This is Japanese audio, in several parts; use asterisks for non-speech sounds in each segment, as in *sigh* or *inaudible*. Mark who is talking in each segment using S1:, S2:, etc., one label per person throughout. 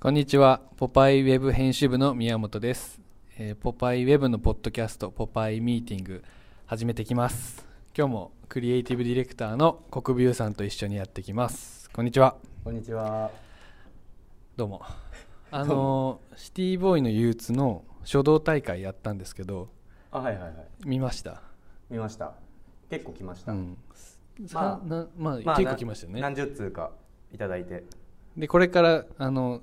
S1: こんにちは。ポパイウェブ編集部の宮本です。えーポパイウェブのポッドキャスト、ポパイミーティング、始めてきます。今日もクリエイティブディレクターの国分さんと一緒にやってきます。こんにちは。
S2: こんにちは。
S1: どうも。あのー、シティボーイの憂鬱の書道大会やったんですけど、
S2: あ、はいはいはい。
S1: 見ました。
S2: 見ました。結構来まし
S1: う
S2: た。
S1: ん。ま
S2: ま
S1: あ、
S2: あ
S1: なまあ、
S2: まあ
S1: 結構来ましたよ
S2: な
S1: ね。
S2: 何十通かいただいて。
S1: で、これから、あの、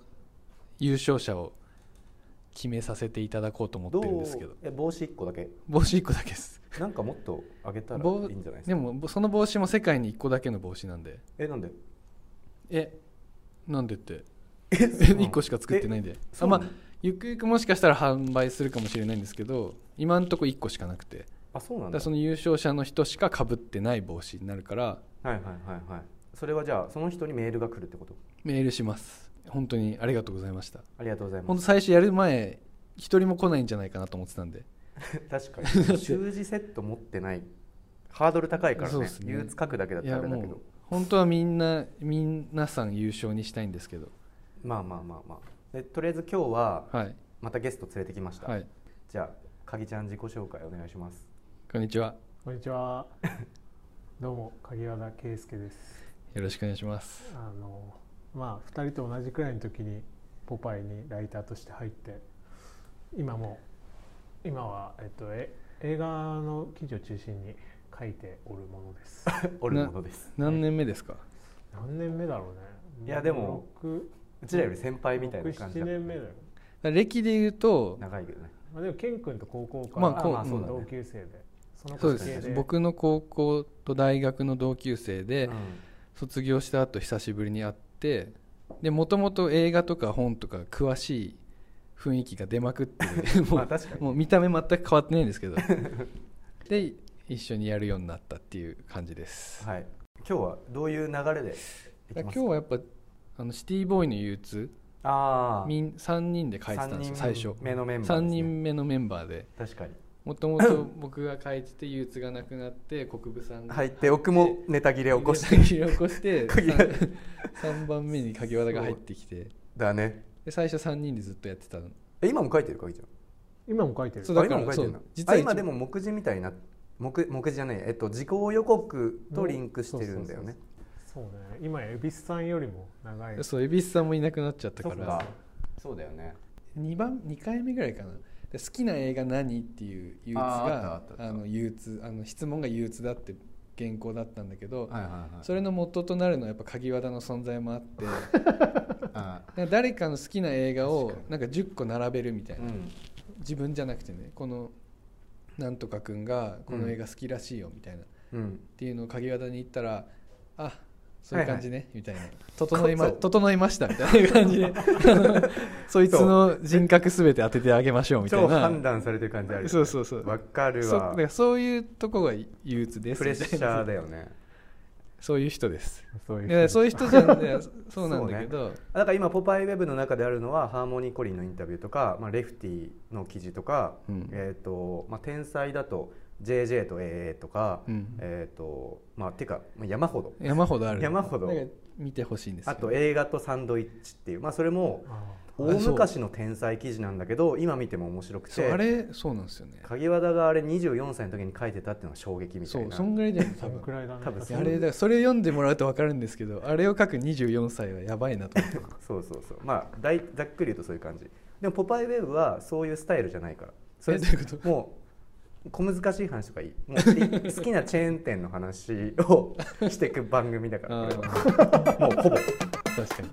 S1: 優勝者を決めさせていただこうと思ってるんですけど、
S2: え、帽子一個だけ。
S1: 帽子1個だけです。
S2: なんかもっとあげたら
S1: 帽
S2: いいんじゃないです
S1: で
S2: か。
S1: もぼその帽子も世界に1個だけの帽子なんで
S2: え、なんで。
S1: えなんでって
S2: え、
S1: 1個しか作ってないんであ
S2: そう
S1: ま
S2: な
S1: あ
S2: の
S1: ゆくゆくもしかしたら販売するかもしれないんですけど今んとこ1個しかなくて
S2: あ、そうな
S1: だ
S2: ん
S1: か
S2: だ。
S1: らその優勝者の人しかかぶってない帽子になるから
S2: はいはいはいはい。それはじゃあ、その人にメールが来るってこと。
S1: メールします本当にありがとうございました
S2: ありがとうございま
S1: 本当
S2: す。
S1: 最初やる前1人も来ないんじゃないかなと思ってたんで
S2: *laughs* 確かに。習字セット持ってない。ハードル高いから
S1: そうっ
S2: ね
S1: す。ね
S2: 憂鬱書くだけだっ
S1: い
S2: たら
S1: や
S2: あれだ
S1: も
S2: け
S1: う
S2: ど。
S1: 本当はみんなみんなさん優勝にしたいんですけど
S2: まあまあまあまあ。で、とりあえず今日は。
S1: はい
S2: またゲスト連れてきました。
S1: はい
S2: じゃあ、かぎちゃん自己紹介お願いします。 *laughs*
S1: こんにちは
S3: こんにちは。 *laughs* どうも鍵和田圭介です。
S1: よろしくお願いします
S3: あのまあ2人と同じくらいの時にポパイにライターとして入って、今も今はえっとえ映画の記事を中心に書いておるもの
S2: *laughs*
S3: です。
S2: おるものです。
S1: 何年目ですか、
S3: 何年目だろうね。
S2: いやでも
S3: 六
S2: うちらより先輩みたいな感じだ
S3: 六七年目だよ。
S1: 歴で言うと
S2: 長いけどね
S3: まあでもケン君と高校か
S1: ま
S3: ら、
S1: あこう
S3: まあ
S1: うん
S3: 同級生で。その
S1: そう
S3: 関
S1: で
S3: 係
S1: す僕の高校と大学の同級生で、 *laughs* 卒業した後久しぶりに会ってでもともと映画とか本とか詳しい雰囲気が出まくって
S2: *laughs*
S1: るも
S2: まあ
S1: う
S2: 確かに
S1: もう見た目全く変わってないんですけ
S2: *laughs*
S1: どで一緒にやるようになったっていう感じです、
S2: はい今日はどういう流れでい
S1: だから今
S2: きます
S1: 日はやっぱあのシティボーイの憂鬱
S2: ああ
S1: みん3人で書いてたんですよ最初
S2: 目のメンバ
S1: 3
S2: ーですね
S1: 人目のメンバーで
S2: 確かに
S1: もともと僕が書いてて憂鬱がなくなって国分さんが
S2: 入って奥もネタ切れ起こして
S1: 入れ起こ
S2: *laughs*
S1: して
S2: 鍵が
S1: 3番目に鍵和田が入ってきて
S2: だね
S1: で最初3人でずっとやってたの
S2: え今も書いてるかぎちゃん
S3: 今も書いてる
S1: そう。だ
S2: あ
S1: から
S2: 今も書いて
S1: そ
S2: るな
S1: う実
S2: あ
S1: は一
S2: 今でも目次みたいな目目次じゃないえっと時効予告とリンクしてるんだよね
S3: そうね。今恵比寿さんよりも長い。
S1: そう蛭子さんもいなくなっちゃったか
S2: そっ
S1: ら
S2: そうだよね
S1: 2番二回目ぐらいかなで好きな映画何っていう憂鬱
S2: あーあ
S1: が
S2: ったあったあ
S1: あ
S2: った
S1: の憂鬱あの質問が憂鬱だって原稿だったんだけど、
S2: はいはいはい
S1: それの元となるのはやっぱ鍵和田の存在もあって
S2: *laughs* あ
S1: なんか誰かの好きな映画をなんか10個並べるみたい
S2: ー
S1: な
S2: う、ん
S1: 自分じゃなくてねこのなんとか君がこの映画好きらしいよみたいな、
S2: うん
S1: っていうのを鍵和田に言ったらあそういう感じね、みたいな整い,、
S2: そ
S1: ま、
S2: う
S1: 整いましたみたいな感じであの *laughs* そいつの人格すべて当ててあげましょうみたい
S2: 超
S1: な
S2: 判断されてる感じあるよね
S1: そうそうそう
S2: わかる
S1: そうだ
S2: わ
S1: からそういうとこが憂鬱です
S2: プレッシ
S1: みたいな
S2: ャーだよね
S1: そういう人です
S3: そういう
S1: い
S3: 人
S1: やそういう人じゃんいやそうなんだけど、
S2: だから今「ポパイウェブ」の中であるのはハーモニー・コリンのインタビューとか、まあ、レフティの記事とか、
S1: うん
S2: えーとまあ、天才だと JJ と AA とか、
S1: うん
S2: えーとまあ、ていうかまあ山ほど
S1: 山ほどある
S2: 山ほど
S1: だから見てほしいんですよ
S2: あと映画とサンドイッチっていう、まあ、それも
S3: あ
S2: 大昔の天才記事なんだけど今見ても面白く
S1: そうあ
S2: て
S1: れそうなんですよね
S2: 鍵和田があれ24歳の時に書いてたっていうのは衝撃みた
S1: そ
S2: いうな
S1: そんぐらいじゃん
S3: ーそ
S1: 多
S3: の
S1: 分
S3: くらいだね。
S2: 多分
S1: あれだからそれ読んでもらうと分かるんですけどあれを書く24歳はやばいなと思って
S2: そうそうそうまあだいざっくり言うとそういう感じでも「ポパイウェブ」はそういうスタイルじゃないからそれ
S1: えどういうこ
S2: もう小難しい話とかいい
S1: *laughs*
S2: もうい好きなチェーン店の話をしていく番組だか
S1: あ
S2: ら
S1: ー
S2: これはもうほぼ
S1: 確かに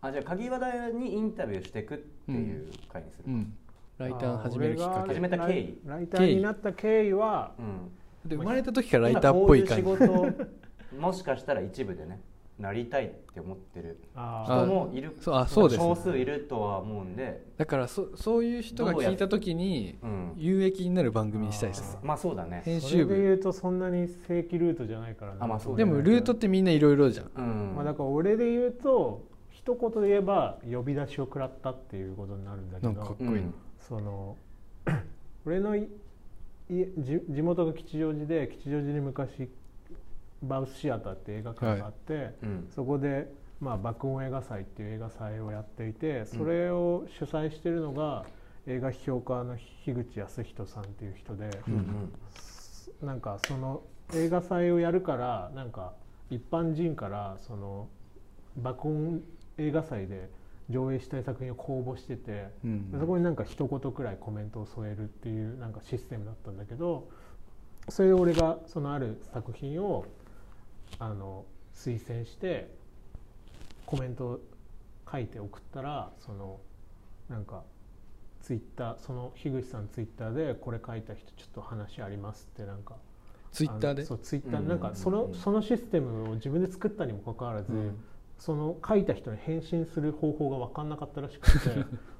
S2: あじゃあ鍵和田にインタビューしていくって
S1: いう
S2: 回にする
S1: うんライター始めるきっか
S3: あ
S1: け
S3: ー
S2: 始めた経緯
S3: ライターになった経緯は
S1: で生まれた時からライターっぽい感じ
S2: 仕事もしかしたら一部でねなりたいって思ってる
S3: あ
S1: 人も
S2: いる
S1: そうあそうですね少
S2: 数いるとは思うんで、
S1: だからそそういう人が聞いた時に
S2: うん、
S1: 有益になる番組にしたいです
S2: まあそうだね
S1: 編
S3: ーそれ
S1: 集
S3: で
S1: 部
S3: 言うとそんなに正規ルートじゃないからね
S2: あまあそうだ
S1: で
S2: ね
S1: もルートっ、てみんないろいろじゃん
S2: うん
S3: まあ、だから俺で言うと一言で言えば呼び出しを食らったっていうことになるんだけ
S1: なんかかっこ
S3: ど
S1: いいな、
S2: うん
S3: その *coughs* 俺のいい地地元が吉祥寺で吉祥寺に昔バウスシアターって映画館があって、
S2: うん
S3: そこでまあ、爆音映画祭っていう映画祭をやっていてそれを主催しているのが映画批評家の樋口康人さんっていう人で、
S2: うんうん
S3: なんかその映画祭をやるからなんか一般人からその爆音映画祭で上映したい作品を公募してて、
S1: うん
S3: そこになんか一言くらいコメントを添えるっていうなんかシステムだったんだけどそれで俺がそのある作品をあの推薦してコメントを書いて送ったらそのなんかツイッターその樋口さんツイッターでこれ書いた人ちょっと話ありますってなんか
S1: ツイッター
S3: あ
S1: で
S3: のそうツイッタ
S2: う
S3: ー
S2: ん
S3: なんかそのそのシステムを自分で作ったにもかかわらず、
S2: うん
S3: その書いた人に返信する方法が分かんなかったらしくて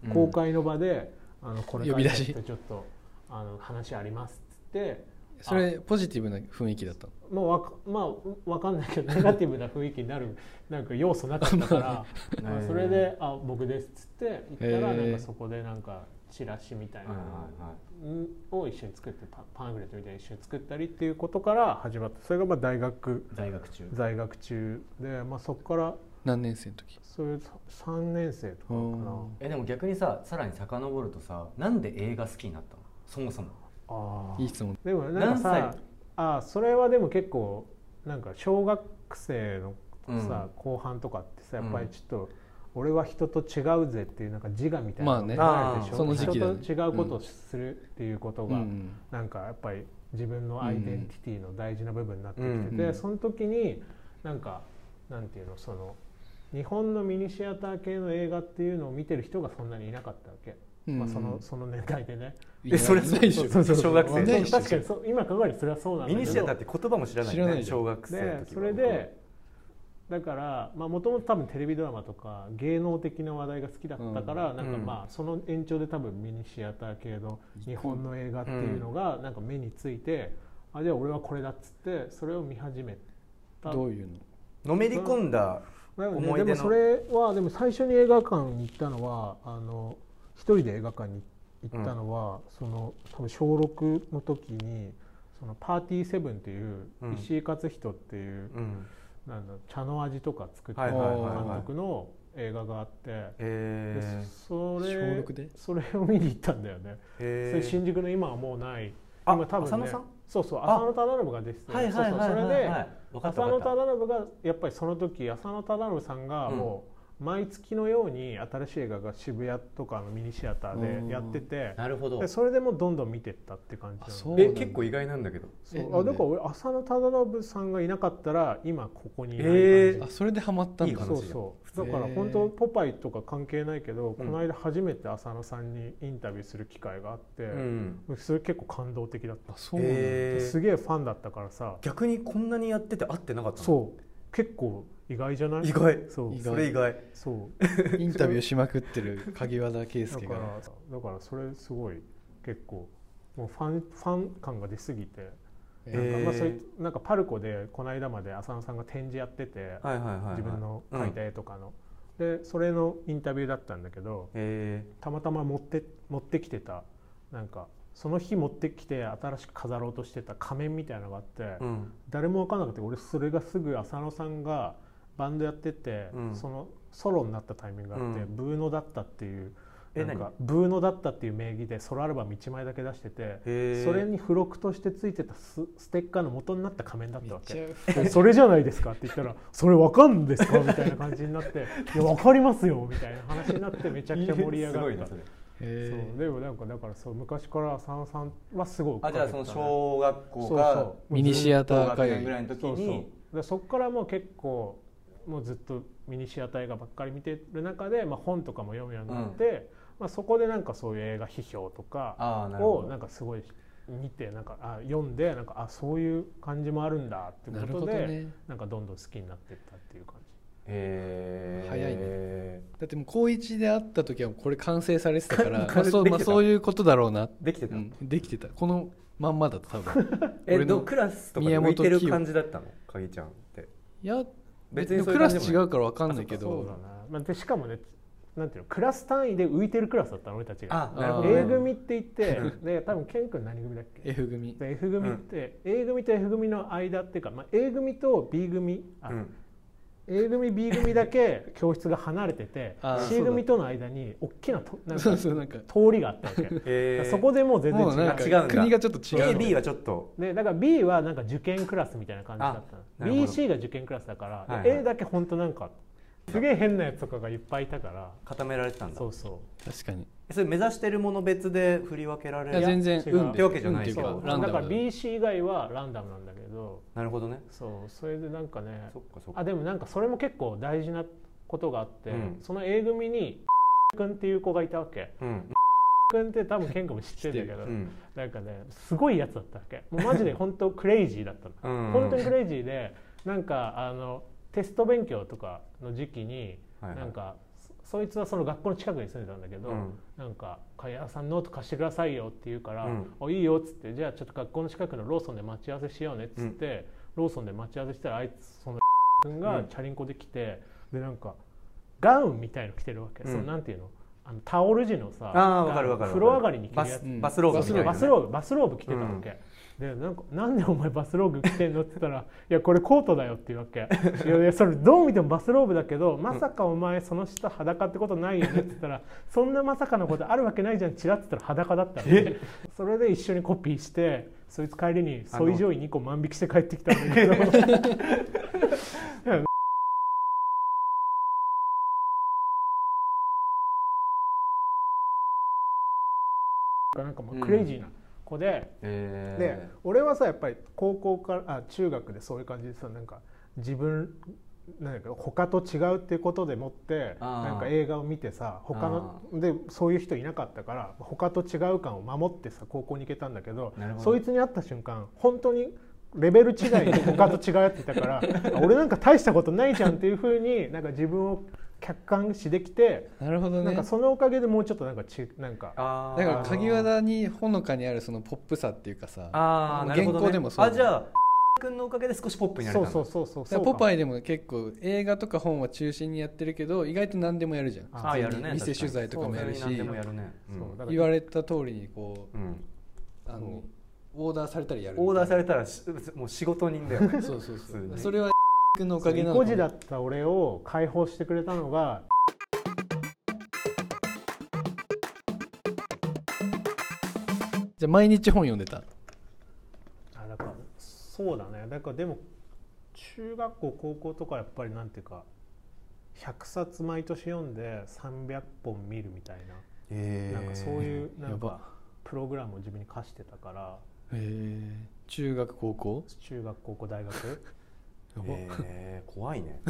S2: うん
S3: 公開の場であのこれ書いた
S1: 呼び出
S3: 人
S1: し
S3: ちょっとあの話ありますっつって
S1: それポジティブな雰囲気だったの
S3: もうわかまあうわかんないけどネガティブな雰囲気になるなんか要素なかったから
S2: まあね
S3: うんそれで「あ僕です」っつって言ったら
S1: へ
S3: な
S1: ー
S3: んかそこでなんかチラシみたいなのを一緒に作ってパパンフレットみたいに一緒に作ったりっていうことから始まったそれがまあ大学
S2: 大学中
S3: 在学中で、まあ、そこから
S1: 何年生の時
S3: それ3年生とかかな
S1: うん
S4: えでも逆にささらに遡るとさなんで映画好きになったのそもそも
S3: あー
S1: いい質問
S3: でもなんか
S4: 何
S3: さ
S4: 歳
S3: あーそれはでも結構なんか小学生のさ、
S4: うん
S3: 後半とかってさやっぱ
S4: う
S3: り
S4: ん
S3: ちょっと、俺は人と違うぜっていうなんか自我みたい
S1: ま
S3: な
S1: あね
S3: がるでし
S4: あー
S3: ょ
S1: その時期だね
S3: 人と違うことをするっていうこと
S1: うん
S3: が、
S1: うん
S3: なんかやっぱり自分のアイデンティティの大事な部分になってきてて、
S1: うんうん
S3: その時になんかなんていうのその日本のミニシアター系の映画っていうのを見てる人がそんなにいなかったわけ、
S1: うん
S3: まあ、そのその年代でね。
S1: いや
S2: えそれ
S1: ないでしょ
S2: そうそうそう
S3: そう
S2: 小学生
S3: まあ
S1: ないでしょ
S3: *laughs* 確かにそう今考えるとそれはそうなんだけ
S2: ミ
S3: ど
S2: ニシアターって言葉も知らない
S1: 知ら
S2: よ
S1: ない
S2: ね
S1: じゃん
S2: 小学生の
S3: で
S2: 時
S3: それでだからもともと多分テレビドラマとか芸能的な話題が好きだったから、
S2: ん
S3: なんかまあその延長で多分ミニシアター系の日本の映画っていうのがなんか目について、あじゃあ俺はこれだっつってそれを見始めた
S1: どういうの
S2: のめり込んだ
S3: なので
S2: 思い出の
S3: でもそれはでも最初に映画館に行ったのはあの一人で映画館に行ったのは、その多分小6の時にそのパーティーセブンっていう
S2: うん
S3: 石井勝人っていう、
S2: うん
S3: なんだ茶の味とか作って
S2: はい
S3: る
S2: はい
S1: はいはい
S3: 監督の映画があって、で
S2: へ
S3: そ
S1: 小
S3: れ
S1: 6で
S3: それを見に行ったんだよね、
S2: えへ
S3: それ
S2: え
S3: 新宿の今はもうない
S2: あ
S3: 今多分、ね、
S2: 浅野さん
S3: そうそう
S2: あ
S3: 浅野忠信が出てて
S4: はいはいはいはい
S3: そうそう
S4: は
S3: それ
S4: い
S3: で
S4: はい分かった
S3: 浅野
S4: 分かっ
S3: 忠信がやっぱりその時浅野忠信さんがもう毎月のように新しい映画が渋谷とかのミニシアターでやってて
S4: た、なるほど
S3: でそれでもうどんどん見てったって感じなの
S1: あそう
S2: え結構意外なんだけど
S3: そう
S1: え
S3: あだから俺浅野忠信さんがいなかったら今ここにいない感じ、
S2: えー
S1: あそれでハマったんだ
S4: いい話
S3: そう
S4: じゃん
S3: そう
S1: 通
S3: だから本
S1: へ
S3: 当
S1: ー
S3: ポパイとか関係ないけど、
S2: うん
S3: この間初めて浅野さんにインタビューする機会があって、
S2: うん
S3: それ結構感動的だった
S1: あそうなんだ、
S2: へー
S3: すげえファンだったからさ
S2: 逆にこんなにやってて会ってなかったの
S3: そう結構意外じゃない
S2: 意外
S3: そう
S1: 意外
S2: それ意外
S3: そう
S1: インタビューしまくってる鍵和田圭
S3: だ
S1: 介
S3: か
S1: が
S3: らだからそれすごい結構もうファンファン感が出すぎて
S1: え
S3: なんか,、まあ、
S2: へー
S3: そういうなんかパルコでこの間まで浅野さんが展示やってて、
S2: はいはいはいはい
S3: 自分の
S2: うん
S3: 描いた絵とかの、でそれのインタビューだったんだけど
S2: へ
S3: たまたま持って持ってきてたなんかその日持ってきて新しく飾ろうとしてた仮面みたいなのがあって、
S2: えうん
S3: 誰も分かんなくて俺それがすぐ浅野さんがバンドやってて、
S2: うん
S3: そのソロになったタイミングがあって、
S2: うん
S3: ブーノだったっていう
S2: え
S3: なんかブーノだったっていう名義でソロアルバム1枚だけ出してて
S2: へえ
S3: それに付録として付いてたスステッカーの元になった仮面だっ
S1: め
S3: た
S1: っ
S3: わ
S1: ちゃ
S3: け。でそれじゃないですかって言ったら「それわかんですか?」みたいな感じになって「いやわかりますよ」みたいな話になってめちゃくちゃ盛り上
S4: す
S3: が
S4: ご
S3: っ
S4: い
S3: た
S4: な
S3: そ
S4: そうれ
S1: へー
S3: でもなんかだからそう昔から浅野さんはすごい追っか
S4: あ
S3: け
S4: じ
S3: て
S4: ゃ
S3: た
S4: あ
S3: ね
S4: その小学校
S3: そう
S4: が
S3: そう
S1: ミニシアター
S4: 高学
S1: 界
S4: 年ぐらいの時
S3: そう
S4: に
S3: そうでそこからもう結構もうずっとミニシアター映画ばっかり見てる中で、まあ、本とかも読むようになって、まあ、そこでなんかそういう映画批評とか
S4: ああなるほ
S3: をな
S4: ど
S3: んかすごい見てなんかあ読んでなんかあそういう感じもあるんだって
S1: なるほ
S3: こと
S1: ど
S3: でな,、
S1: ね
S3: んかどんどん好きになってったっていう感じ。
S4: へえ
S1: 早い
S4: ね
S1: だってもう高1で会った時はもうこれ完成されてたから *laughs* まあ
S2: 完成
S1: そう,、まあ、
S2: できてた
S1: そういうことだろうな、
S2: できて
S1: う
S2: た
S1: ん、できてたこのまんまだった多分
S2: え
S1: 俺
S2: ど
S1: の
S2: クラスとかで
S1: 宮
S2: 浮いて
S1: 本
S2: る
S1: 清
S2: 感じだったのかぎちゃんって
S1: *laughs* いや別
S2: 別に
S1: に
S2: そ
S1: ク
S2: ういう感
S1: ラ
S2: じ
S1: ス
S2: でもない
S1: 違うから分かんないけ
S3: そうだ
S1: ど
S3: な、まあ、でしかもねなんていうのクラス単位で浮いてるクラスだったの俺たちが。
S1: なるほどね
S3: A 組って言ってで多分ケン君何組だっけ
S1: F 組
S3: で F 組って、A 組と F 組の間っていうか、まあ、A 組と B 組あ、
S2: うん
S3: A 組 B 組だけ教室が離れてて
S1: あー
S3: C 組との間に大きなとなん
S1: そ
S3: か
S1: う
S3: 通
S1: そうなんか
S3: りがあったわけ、
S2: えー
S3: そこでもう全然
S1: もう
S3: 違
S1: な
S3: うん
S2: 違うん
S1: か
S2: だ
S1: 国がちょっと違う
S2: A、B はちょっと
S3: でだから B はなんか受験クラスみたいな感じだっ
S2: あ
S3: たの
S2: なるほど
S3: BC が受験クラスだから、
S2: はいはい
S3: A だけ本当なんかすげえ変なやつとかがいっぱいいたから
S2: 固められてたんだ
S3: そうそ
S1: 確かに
S2: それ目指してるもの別で振り分けられ
S1: いや
S2: る
S1: 全然
S3: 違う
S1: 運
S3: っ
S1: で
S3: て
S2: わけじゃない
S3: う
S2: け
S3: ん
S1: て
S2: ど
S1: う
S3: そ
S1: か
S3: う
S1: ラ
S3: だ
S1: ン
S3: か
S1: ダ
S3: ら
S1: ムだ
S3: BC 以外はランダムなんだけど
S2: なるほどね
S3: そうそれでなんかね
S2: そっかそっか
S3: あでもなんかそれも結構大事なことがあって、
S2: うん
S3: その A 組に *laughs* 君っていう子がいたわけ *laughs*
S2: うん
S3: 君って多分健君も知ってるんだ
S2: *laughs*
S3: け
S2: う
S3: ど、
S2: ん
S3: なんかねすごいやつだったわけもうマジで本当クレイジーだったの
S2: うん
S3: 本当にクレイジーでなんかあのテスト勉強とかの時期に、
S2: はいはい
S3: なんかそそいつはその学校の近くに住んでたんだけど、
S2: うん
S3: なんか「カヤさんノート貸してくださいよ」って言うから「
S2: うん
S3: おいいよ」っつって「じゃあちょっと学校の近くのローソンで待ち合わせしようね」っつって、ローソンで待ち合わせしたらあいつその君
S2: う
S3: が
S2: ん
S3: チャリンコで来て、でなんかガウンみたいの着てるわけ、
S2: うん
S3: そのなんていうのあのタオル地のさ
S2: あーわかるわかるわかる
S3: 風呂上がりに着
S2: バ
S3: るや
S2: ス
S3: つ
S1: うん
S2: バスローブみたいなね
S3: バスローブバスローブ着てたわけ、でなんか「なんでお前バスローブ着てんの?」って言ったら「いやこれコートだよ」って言うわけ「いやいやそれどう見てもバスローブだけどまさかお前その下裸ってことないよね」って言ったら「そんなまさかのことあるわけないじゃん」チラッて言ったら裸だったのでそれで一緒にコピーしてそいつ帰りにソイジョイ2個万引きして帰ってきたんだ
S2: *laughs*
S3: けどなんかもうクレイジーな子で。
S4: え
S3: で、俺はさやっぱり高校からあ中学でそういう感じでさなんか自分なんか他と違うっていうことでもって
S4: あー
S3: なんか映画を見てさ他のでそういう人いなかったから他と違う感を守ってさ高校に行けたんだけど
S4: なるほど
S3: そいつに会った瞬間本当にレベル違いで他と違うやついたからあ俺なんか大したことないじゃんっていうふうになんか自分を客観視できて
S1: なるほど
S3: な
S1: ね
S3: んかそのおかげでもうちょっとなんかちなんか
S2: あー
S1: だから鍵和田にほのかにあるそのポップさっていうかさだか
S2: あーなるほど、ね、
S1: 原稿でもそう
S2: あじゃあ君のおかげで少しポップになれ
S3: そ
S2: たん
S3: う
S2: だ
S3: そうそうそうそ
S1: ら
S3: う
S1: ポパ
S3: イ
S1: イでも結構映画とか本は中心にやってるけど意外と何でもやるじゃん
S3: あ
S2: ああやるね
S1: 店
S2: 確かに
S1: 取材とかもやるし
S2: そう普通に何でもやるね、うん
S3: そうだから
S1: 言われた通りにこ
S2: うん
S1: うあのオーダーされたりやる
S2: オーダーされたらしもう仕事人だよね
S1: そうそう
S2: 普
S1: そ
S2: 通
S1: う
S2: に
S1: それは君のおかげなの
S3: 孤
S1: か
S3: 児
S1: も
S3: だった俺を解放してくれたのが
S1: じゃあ毎日本読んでた
S3: あだからそうだねだからでも中学校高校とかやっぱりなんていうか100冊毎年読んで300本見るみたいな
S2: え
S3: なんかそういうなん
S1: やば
S3: かプログラムを自分に課してたから
S1: へえ中学高校
S3: 中学高校大学 *laughs*
S1: やば
S2: えー、怖
S1: *laughs*
S2: いね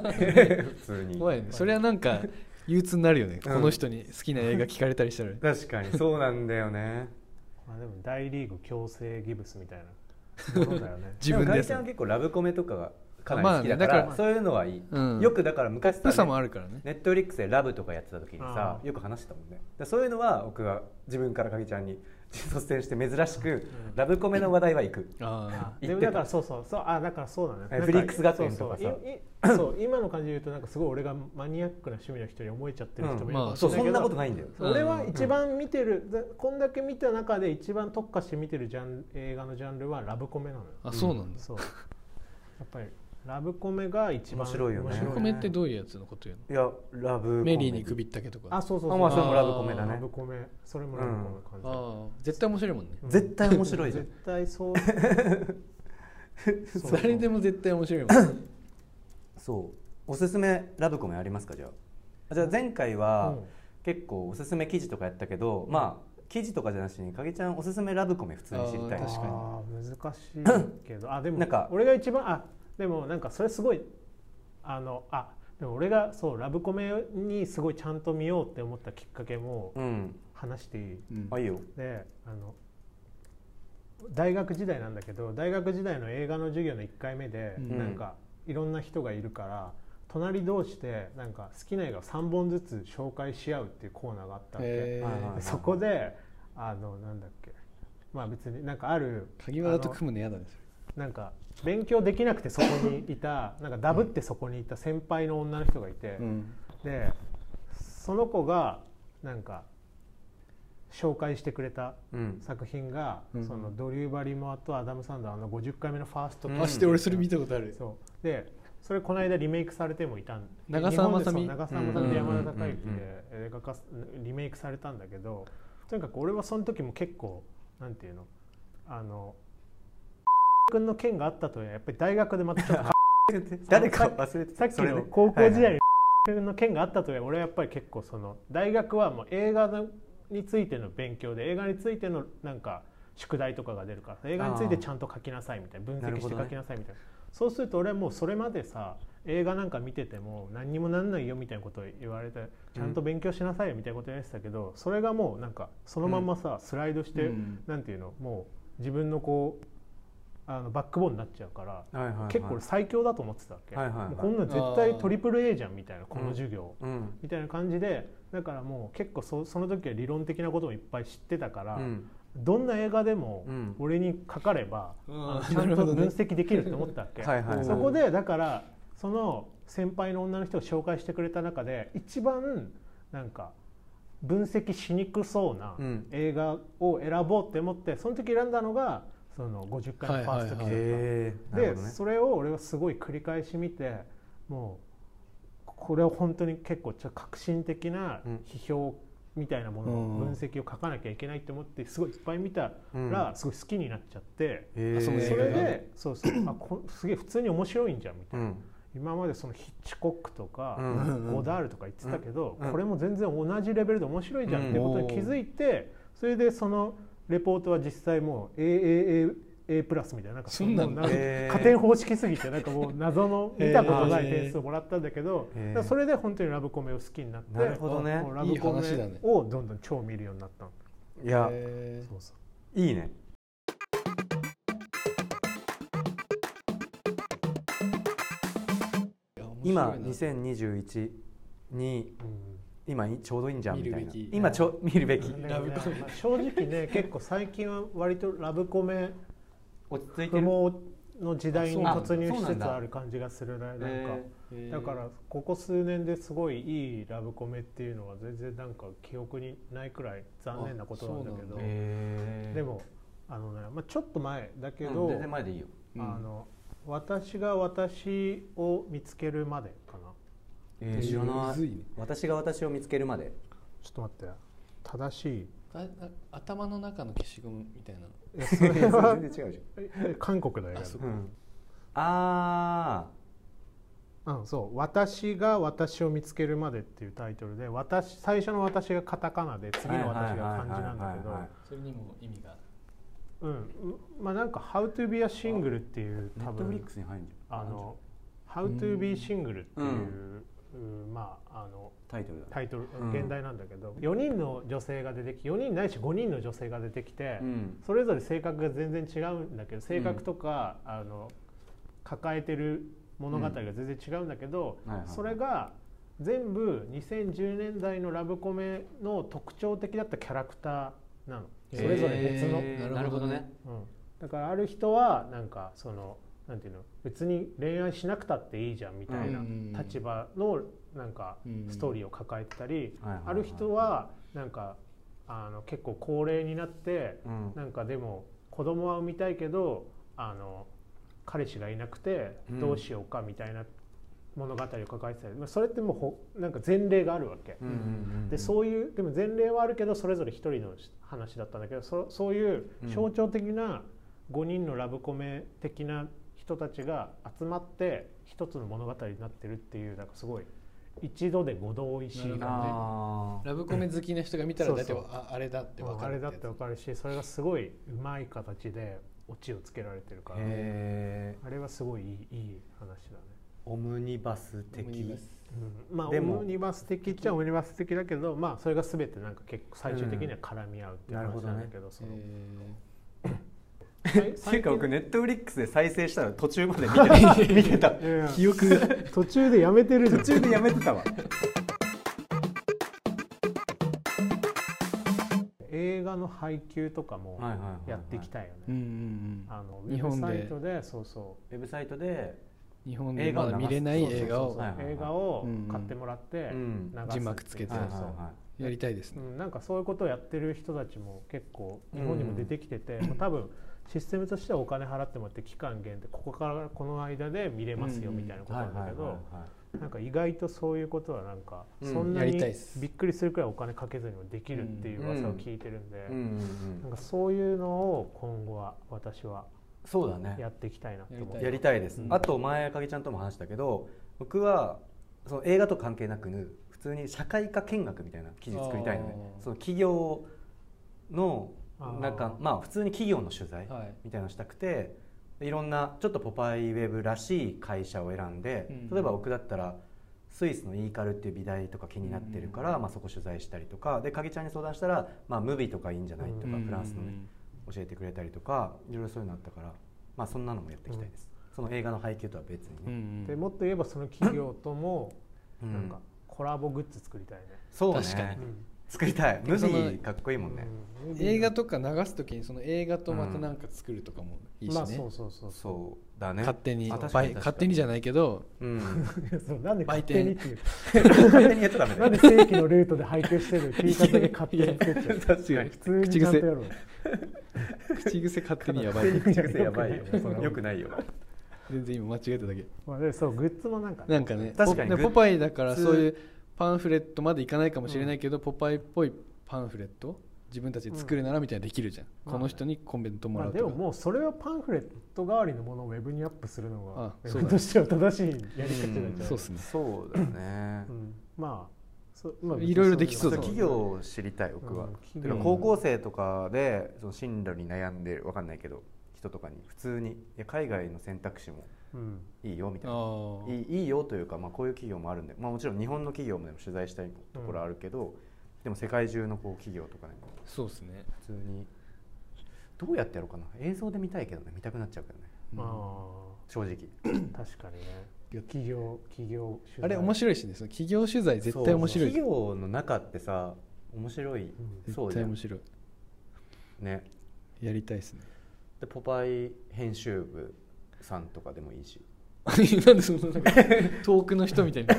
S2: 普通に
S1: 怖いねそれはなんか憂鬱になるよね、この人に好きな映画聞かれたりしたら
S2: 確かにそうなんだよね
S3: まあでも大リーグ強制ギブスみたいなものだよね
S1: 自分
S2: もガ
S1: で
S2: イ
S1: す
S2: ちゃん
S1: ね
S2: は結構ラブコメとかがかな
S1: まあ
S2: り
S1: ね
S2: 好きだから,、
S1: だから
S2: そういうのはいい、
S1: うん
S2: よくだから昔さ、
S1: 良さもあるからね
S2: ネットフリックスでラブとかやってた時にさ
S3: あー
S2: よく話してたもんねでそういうのは僕が自分からかけちゃんに *laughs* 率先して珍しくラブコメの話題は行く
S1: あ
S2: 言ってた
S3: でもだからそうそうそうあだからそうだね
S2: え
S3: なんか
S2: フリックス学園とかさ
S3: そう
S2: *laughs*
S3: そういいそう今の感じで言うとなんかすごい俺がマニアックな趣味の人に思えちゃってる人も
S1: うん
S3: いるか
S1: まあ
S3: もし
S2: そ
S3: れ
S2: う
S3: ない
S2: そ
S3: け
S2: ん
S3: ど
S2: なことないんだよ
S1: うん
S3: 俺は一番見てる、ざこんだけ見た中で一番特化して見てるジャン映画のジャンルはラブコメなのよ
S1: ああそうなんだ、
S3: そうやっぱりラブコメが一番
S2: 面白いよね
S1: ラブコメってどういうやつのこと言うの
S2: いやラブコメ
S1: メリーに首ったけとか
S3: あ
S1: あ
S3: そうそうそう
S2: あまあそれも
S1: ラブコメ
S2: だね
S3: ラブコメそれもラブコメ感じ、
S1: あ絶対面白いもんね
S3: うん
S2: 絶対面白いじゃん
S3: 絶対そう
S2: *laughs*
S3: そう
S1: 誰でも絶対面白いもんね
S2: そうおすすめラブコメありますかじゃああじゃあ前回は
S3: うん
S2: 結構おすすめ記事とかやったけど、まあ記事とかじゃなしに影ちゃんおすすめラブコメ普通に知りたい
S1: あー確かに
S3: あー難しいけどあでも
S2: なんか
S3: 俺が一番あでもなんかそれすごいあのあでも俺がそうラブコメにすごいちゃんと見ようって思ったきっかけも
S2: うん
S3: 話していい
S1: うん
S2: あいいよ
S3: であの大学時代なんだけど大学時代の映画の授業の1回目で、
S1: うん
S3: なんかいろんな人がいるから隣同士でなんか好きな映画を3本ずつ紹介し合うっていうコーナーがあったわけ、
S1: へ
S2: はい
S1: ー
S2: はい
S3: そこであのなんだっけまあ別になんかある
S1: 鍵輪だと組むの嫌だね
S3: なんか勉強できなくてそこにい
S1: *laughs*
S3: たなんかダブってそこにいた先輩の女の人がい
S1: それ
S3: て、
S1: うん
S3: でその子がなんか紹介してくれた
S2: うん
S3: 作品が、
S1: うん
S3: そのドリュー・バリモアとアダム・サンダーの50回目のファーストキス
S2: うん
S1: あして俺それ見たことある
S3: そうでそれこの間リメイクされてもいたん
S1: 長澤まさみ
S3: 日本でそう長澤まさみと山田孝之
S2: うんうん
S3: で映画化すリメイクされたんだけどとにかく俺はその時も結構なんていうのあの君の件があったとやっぱり大学でまたちょっと
S2: 誰か忘れて
S3: さっきの高校時代にの件があったとは俺はやっぱり結構その大学はもう映画のについての勉強で映画についてのなんか宿題とかが出るから映画についてちゃんと書きなさいみたいな分
S2: なる
S3: 析
S2: ほ
S3: して
S2: ど
S3: 書
S2: ね
S3: きなさいみたいな、そうすると俺はもうそれまでさ映画なんか見てても何にもなんないよみたいなことを言われてちゃんと勉強しなさいよみたいなこと言われてたけど、それがもうなんかそのまんまさ、スライドして、
S1: うん
S3: なんていうのもう自分のこうあのバックボーンになっちゃうから、
S2: はいはいはい
S3: 結構俺最強だと思ってたわけ、
S2: はいはいはい
S3: もうこんな絶対トリプル A じゃんみたいなこの授業、
S2: うん
S3: みたいな感じでだからもう結構そその時は理論的なこともいっぱい知ってたから、
S2: うん
S3: どんな映画でも
S2: うん
S3: 俺にかかれば、
S1: うん
S3: あのち
S2: *laughs*
S3: ゃん
S1: なる
S3: と
S1: ほど
S3: 分
S1: ね
S3: 析できると思ったわけ
S2: はいはい
S3: そこでだからその先輩の女の人を紹介してくれた中で一番なんか分析しにくそうな
S2: うん
S3: 映画を選ぼうって思ってその時選んだのがその50回のファーストキスだった
S1: はいはいはい
S2: へえなる
S3: で、
S2: ほどね
S3: それを俺はすごい繰り返し見てもうこれは本当に結構ちょっと革新的な
S2: うん
S3: 批評みたいなもの
S1: うん
S3: の分析を書かなきゃいけないと思ってすごいいっぱい見た
S2: うん
S3: らすごい好きになっちゃって、
S2: へ
S1: あその映
S2: え
S3: そ
S1: 画
S3: れ
S1: がね
S3: でそうそうあこすげえ普通に面白いんじゃんみた
S2: う
S3: いな、
S2: ん
S3: 今までそのヒッチコックとか、
S2: うん
S3: ゴダールとか言ってたけど、
S2: うん
S3: これも全然同じレベルで面白いじゃんってことに気づいて、それでそのレポートは実際もう AAA プラスみたいななんか
S1: そんなん
S3: なんか
S2: へー
S3: 加点方式すぎてなんかもう謎の見たことない
S1: へー
S3: 点数をもらったんだけど、
S2: へー
S3: だからそれで本当にラブコメを好きになって
S2: なるほどね
S3: もうラブ
S1: い
S3: コ
S1: い話だ
S3: メ
S1: ね
S3: をどんどん超見るようになったの
S2: いや
S1: え
S3: そうそう
S2: いいね
S1: ーいや面白いな
S2: 今2021に今いちょうどいいんじゃん
S1: 見
S2: み
S1: る
S2: た
S1: べ
S2: い
S1: き
S2: な今ちょ見るべき
S3: うん
S1: ラブコメ
S3: まあ正直ね結構最近は割とラブコメ
S4: 落ち着い
S3: 不
S4: てる
S3: 毛の時代に
S1: あそう
S3: 突入し
S4: あそうな
S3: つ
S4: ん
S3: つ
S4: だ
S3: ある感じがするねなんか、
S4: え
S1: えー
S3: だからここ数年ですごいいいラブコメっていうのは全然なんか記憶にないくらい残念なことなんだけ
S1: あそ
S3: ど
S1: うなんだ
S4: え
S3: でもあのね、まあ、ちょっと前だけ
S4: け
S3: ど、
S4: ど全然前でいいよ
S1: うん
S3: あの私が私を見つけるまでかな
S2: えー知らな
S1: むずいね
S2: い私が私を見つけるまで
S3: ちょっと待って正しい
S1: あな頭の中の消しゴムみたいなの
S3: いやそれ
S1: *laughs*
S3: は
S2: 全然違うじ
S3: え韓国だよ
S1: あそう
S2: ゃん、うん、あ
S3: うん、そう「私が私を見つけるまで」っていうタイトルで私最初の私がカタカナで
S2: ー
S3: 次の私が漢字なんだけ
S2: はいはいはい
S3: ど
S2: はいはい
S1: それにも意味が
S3: うんまあなんか「How to be a single」っていう
S2: ネ
S3: 多
S2: ットフリッ
S3: 分
S2: クスに入るんじゃん
S3: あの「How to be single」っていうう、うんまああの
S2: タイトルだ
S3: タイトル
S2: うん
S3: 現代なんだけど、4人の女性が出てき4人ないし5人の女性が出てきて、
S2: うん
S3: それぞれ性格が全然違うんだけど性格とか、あの抱えてる物語が全然違うんだけど、
S2: うんはいはい
S3: それが全部2010年代のラブコメの特徴的だったキャラクターなのそれぞれ別の、
S1: えー
S4: なるほどね
S3: うん、だからある人はなんかそのなんていうの別に恋愛しなくたっていいじゃんみたいな
S1: うん
S3: 立場のなんか
S1: うん
S3: ストーリーを抱えてたり、
S2: はいはいはい
S3: ある人はなんかあの結構高齢になって
S2: うん
S3: なんかでも子供は産みたいけどあの彼氏がいなくて
S2: うん
S3: どうしようかみたいな物語を抱えてたり、まあそれってもうほなんか前例があるわけ、
S2: うんうんうん
S3: でそういうでも前例はあるけどそれぞれ一人の話だったんだけどそそういう象徴的な5人のラブコメ的な人たちが集まって一つの物語になってるっていうなんかすごい一度で五度おいしい
S1: なるほど
S3: 感じ
S2: あ
S1: ラブコメ好きな人が見たら
S3: そう
S1: 大体
S3: そう
S1: ああれだって
S3: う
S1: 分
S3: ん
S1: か
S3: あ
S1: る
S3: れだってわかるしそれがすごいうまい形でオチをつけられてるか
S2: ー
S3: ら
S2: へえ
S3: あれはすごいいいいい話だね。
S2: オムニバス的
S1: 思います
S3: うんまあ、オ
S2: でも
S3: ムニバス的っちゃオムニバス的だけど、まあ、それが全てなんか結構最終的には絡み合うっていう
S2: うんなるほ
S3: 話
S2: ど
S3: な
S2: ね
S3: んだけど,、その
S2: ってい
S3: 最
S2: うか
S3: 近
S2: 僕ネットフリックスで再生したら途中まで見てた見てた
S3: いやいや
S2: 記憶
S3: *laughs*
S2: が
S3: 途中でやめてるじゃ
S2: 途
S3: ん
S2: 中でやめてたわ
S3: 映画の配給とかも
S2: はいはいはいはい
S3: やっていきたいよ
S1: うんう
S3: ね
S1: ん
S3: あのウ
S1: 日
S3: ェ
S1: 本
S3: ブ
S1: で
S3: サイトでそうそう
S2: ウェブサイトで
S1: うん、日本でまだ見れない映画
S3: そうそ
S1: を
S3: う
S2: はいはいはい
S3: 映画を
S1: うんうん
S3: 買ってもらって
S2: うん
S3: 流す
S1: 字幕つけて
S3: そう
S1: はい
S3: そう
S1: やりたいですね
S3: うんなんかそういうことをやってる人たちも結構日本にも出てきてて、もう多分システムとしてはお金払ってもらって期間限定ここからこの間で見れますよみたいなことなんだけどなんか意外とそういうことはなんか
S2: うん
S3: そんな
S1: や
S3: に
S1: りたいっす
S3: びっくりするくらいお金かけずにもできるっていう噂を聞いてるんで
S2: うんうんうん
S3: なんかそういうのを今後は私は
S2: そうだね
S3: やっていきたいなと思って
S2: やりたいです、
S1: うん
S2: あと前影ちゃんとも話したけど僕はその映画と関係なく普通に社会科見学みたいな記事作りたいので
S1: あー
S2: その企業のなん
S3: あ
S2: か
S3: ー
S2: まあ普通に企業の取材
S1: はい
S2: みたいなのしたくていろんなちょっとポパイウェブらしい会社を選んで
S1: うん
S2: 例えば僕だったらスイスのイーカルっていう美大とか気になってるから、まあ、そこ取材したりとかで影ちゃんに相談したら、まあ、ムービーとかいいんじゃないとか、
S3: うん
S2: フランスのね教えてくれたりとかいろいろそういうのあったから、まあ、そんなのもやっていきたいです、その映画の配給とは別に
S1: うんう
S2: ね、
S1: ん
S3: でもっと言えばその企業とも
S2: うん
S3: なんかコラボグッズ作りたいね。
S2: そうね
S1: 確かに
S2: 作りたいムービーかっこいい
S3: うん
S2: もんね、
S3: うん
S1: 映画とか流すときにその映画とまた何か作るとかもいいしね、
S3: まあそうそうそうそう
S2: そうだね
S1: 勝手に
S2: あ確か
S1: ば
S2: に
S1: い
S2: 確かに
S1: 勝手にじゃないけ
S3: *laughs*
S1: ど
S2: うん
S1: *laughs*
S3: そうなんで勝手にっていう
S2: 勝手にやっちゃダメだ
S3: な
S2: よ
S3: んで正規のルートで配
S1: *laughs*
S3: 給してる聞いただけ勝手に作っちゃう
S2: 確かに
S3: 普通にちゃんとやろうよ
S1: 口癖勝手にやばい
S2: 口癖やばいよ
S3: よくない
S2: よくないよ
S1: 全然今間違えただけ
S3: まあでそうグッズもなんかね
S1: なんかね
S2: 確かに
S1: ポ
S2: グッ
S1: ポパイだからそういうパンフレットまでいかないかもしれないけど、ポパイっぽいパンフレット自分たちで作るならみたいなできるじゃん、
S3: うん
S1: この人にコメントも
S3: ま
S1: ら
S3: あ
S1: う
S3: で
S1: と
S3: も
S1: か、
S3: もうそれはパンフレット代わりのものをウェブにアップするの
S1: あ
S3: がウ
S1: そ
S3: ェ
S1: うだ
S3: ブとしては正しいやり方なんじゃない
S1: そうっすね
S2: そうだね
S3: うんまあそまあ
S1: いろいろできそうだね
S2: 企業を知りたい僕は、
S3: うん
S2: てか
S1: うん
S2: 高校生とかでその進路に悩んでるわかんないけど人とかに普通にいや海外の選択肢も
S3: うん
S2: いいよみたいな
S1: ああ
S2: いいいいよというか、まあ、こういう企業もあるんで、まあ、もちろん日本の企業もでも取材したいところあるけど、でも世界中のこう企業とかね
S1: そうですね、
S2: 普通にどうやってやろうかな映像で見たいけどね見たくなっちゃうけどね
S1: うんあ
S3: あ
S2: 正直
S3: あ確かにね企業企業取材
S1: れ面白いしねその企業取材絶対面白い
S2: そう企業の中ってさ面白い、
S3: ん
S2: そ
S1: 絶
S2: うじ
S1: 対
S2: ゃん
S1: 面白い
S2: ね
S1: やりたいですね *laughs*
S2: でポパイ編集部さんとかでもいいし
S1: なんでその
S2: *laughs*
S1: なんか遠くの人みたいな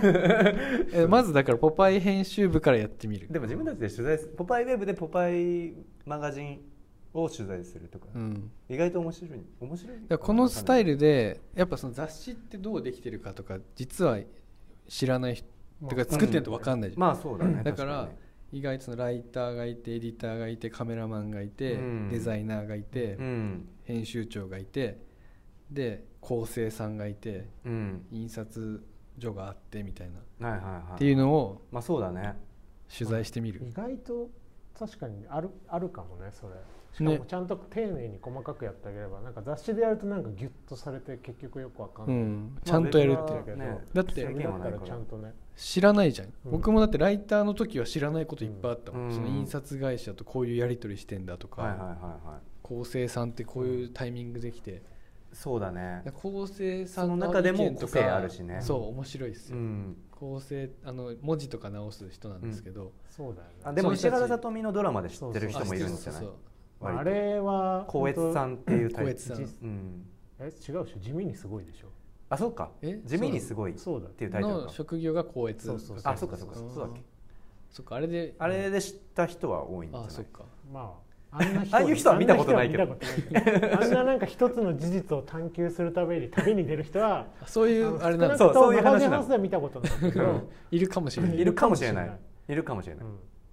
S1: えまずだから「ポパイ」編集部からやってみる
S2: でも自分たちで取材すポパイウェブでポパイマガジンを取材するとか、
S1: うん
S2: 意外と面白い面白い
S1: だからこのスタイルでやっぱその雑誌ってどうできてるかとか実は知らない人
S3: まあ
S1: てか作ってると分かんないじゃん、
S2: まあそうだね
S1: だから
S2: 確
S1: 意外とそのライターがいてエディターがいてカメラマンがいて、
S2: うん
S1: デザイナーがいて、
S2: にねうん
S1: 編集長がいてで構成さんがいて
S2: うん
S1: 印刷所があってみたいな、
S2: はいはいはい
S1: っていうのを
S2: まあそうだね
S1: 取材してみる、
S3: 意外と確かにあるあるかもねそれしか
S1: ね
S3: もちゃんと丁寧に細かくやってあげればなんか雑誌でやるとなんかギュッとされて結局よくわかん
S1: う
S3: ない、
S1: ん、ちゃんとやるっていう
S3: まあ
S2: ね
S1: だって
S3: 制
S2: 制
S3: 限
S2: 限はな
S3: だっ
S2: い
S3: た
S2: から
S3: ちゃんとね
S1: 知らないじゃん、
S3: うん
S1: 僕もだってライターの時は知らないこといっぱいあったもん、
S2: うん
S1: その印刷会社とこういうやり取りしてんだとか、
S2: はいはいはいはい
S1: 構成さんってこういうタイミングできて、
S2: そうだね
S1: 構成さん
S2: その
S1: の
S2: 中でも
S1: 意見と
S2: 個性
S1: か
S2: あるしね
S1: そう面白いです
S2: う
S1: よ、
S2: ん
S1: 構成あの文字とか直す人なんですけど、
S3: そうだよね
S2: あでも
S1: そういう人
S2: 石
S1: たち
S2: 原さとみのドラマで知ってる
S3: うん
S2: 人もいるんじゃない
S1: そう
S3: まああ
S2: 割と
S3: れは
S2: 光悦さ
S3: ん
S2: んっていうタ
S1: 光
S2: イプ
S1: 悦さん
S2: うん
S3: え違うでしょ地味にすごいでしょ
S2: あそうか
S1: え
S2: 地味にすごいっ
S3: そうだよ
S2: ていうタイトル
S1: の
S2: か
S1: 職業が光悦
S3: そうそう
S2: あそうかそうか
S1: う
S2: そ
S1: ん
S2: うだっけ
S1: そっかあれで
S2: あれで知った人は多いんじゃ
S1: あ
S2: ない
S1: そっか
S3: まあ
S2: *laughs*
S3: あんな人
S2: ああいう人は見たことないけど
S3: あんな人は見たことないけどあんななんか一つの事実を探求するために旅に出る人は
S1: あそういうあれなん
S2: の
S1: だ
S2: そ
S3: そうう
S2: そ
S3: そうう
S2: い
S3: いうう
S2: 話
S3: 話
S2: な
S3: な
S2: の
S3: んだ見たことないけど、
S1: いるかもしれないい
S2: るかもしれないいるかもしれ
S3: う
S2: ない
S3: ん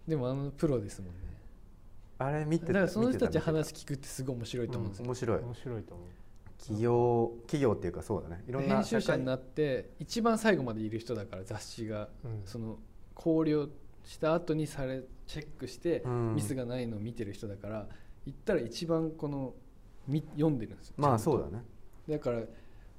S1: でもあのプロですもんね
S2: あれ見て
S1: だからその人たち
S2: 見て見
S1: 話
S2: て
S1: 聞くってすごい面白いと思うんですよ、
S2: 面白い
S3: 面白いと思う
S2: 企業企業っていうかそうだねいろんな
S1: 編集者にな
S2: っ
S1: って一番最後までいる人だから雑誌が、
S3: うん
S1: その考慮した後にされチェックして、
S2: うん
S1: ミスがないのを見てる人だから言ったら一番このみ読んでるんですよ
S2: まあ
S1: ちゃん
S2: そ
S1: と
S2: うだね
S1: だから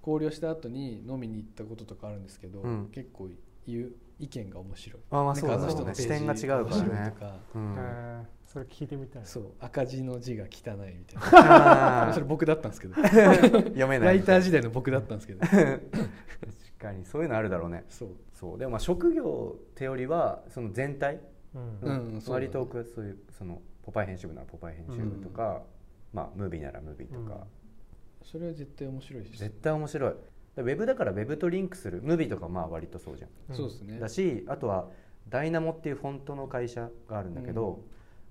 S1: 考慮した後に飲みに行ったこととかあるんですけど、
S2: うん
S1: 結構言う意見が面白い
S2: あまあ
S1: なん
S2: そうだ
S1: かあ
S2: ね
S1: の人のページ
S2: 視点が違うからね
S1: 面白いとか
S2: うん
S3: へえそれ聞いてみたいな
S1: そう赤字の字が汚いみたい
S2: *laughs* あ
S1: なそれ
S2: ー
S1: 僕だったんですけど
S2: *laughs* 読めない
S1: ライター時代の僕だったんですけど
S2: 確かにそういうのあるだろうね
S1: そう
S2: そうでもまあ職業ってよりはその全体、
S3: うん
S1: うんそうだね
S2: 割と僕はそういうそのポパイ編集部ならポパイ編集部とか、まあムービーならムービーとか、
S1: それは絶対面白いし
S2: 絶対面白いでウェブだからウェブとリンクするムービーとかまあ割とそうじゃん、
S1: そうですね
S2: だしあとはダイナモっていうフォントの会社があるんだけど、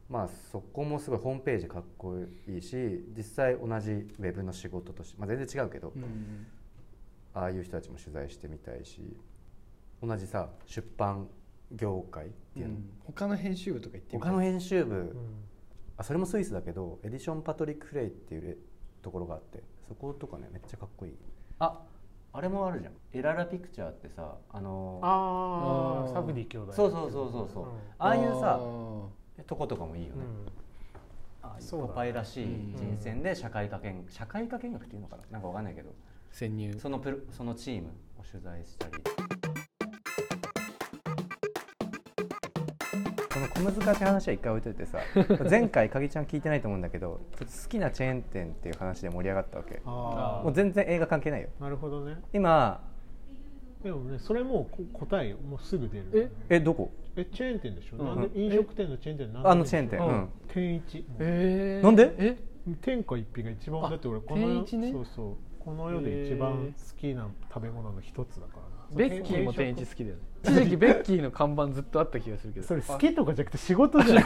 S2: まあ、そこもすごいホームページかっこいいし実際同じウェブの仕事として、まあ、全然違うけど、
S1: うん
S2: ああいう人たちも取材してみたいし同じさ出版業界っていうの、
S1: 他の編集部とか行ってみた
S2: 他
S1: い
S2: の編集部、
S3: うん
S2: あそれもスイスだけどエディション・パトリック・フレイっていうレところがあってそことかねめっちゃかっこいい
S4: ああれもあるじゃんエララピクチャーってさあの
S3: あ
S1: あー
S3: あサブディ兄弟
S4: そうそうそうそうそう、
S3: ん
S4: ああいうさ
S1: ー
S4: とことかもいいよね、ああいう
S3: そうだね
S4: ポパイらしい
S1: うん
S4: 人選で社会科見社会科見学っていうのかななんかわかんないけど
S1: 潜入
S4: そのプロそのチームを取材したり
S2: この小難しい話は一回置いと
S4: *laughs*
S2: いてさ前回かぎちゃん聞いてないと思うんだけどちょっと好きなチェーン店っていう話で盛り上がったわけ
S3: あ
S2: もう全然映画関係ないよ
S3: あなるほどね
S2: 今
S3: でもねそれもうこ答えよもうすぐ出る
S1: え
S2: えどこ
S3: えチェーン店でしょ、
S1: うん
S3: なんで飲食店のチェーン店なんで
S2: あのチェーン店うん
S3: 天一
S1: えー
S2: なんで
S1: え
S3: 天下一品が一
S1: あ
S3: 番だって俺この
S1: 天一ね
S3: そうそうこの世で一番好きな食べ物の一つだから
S1: ベッキーも天一好きだよね一時期ベッキーの看板ずっとあった気がするけど
S3: それ好きとかじゃなくて仕事じゃん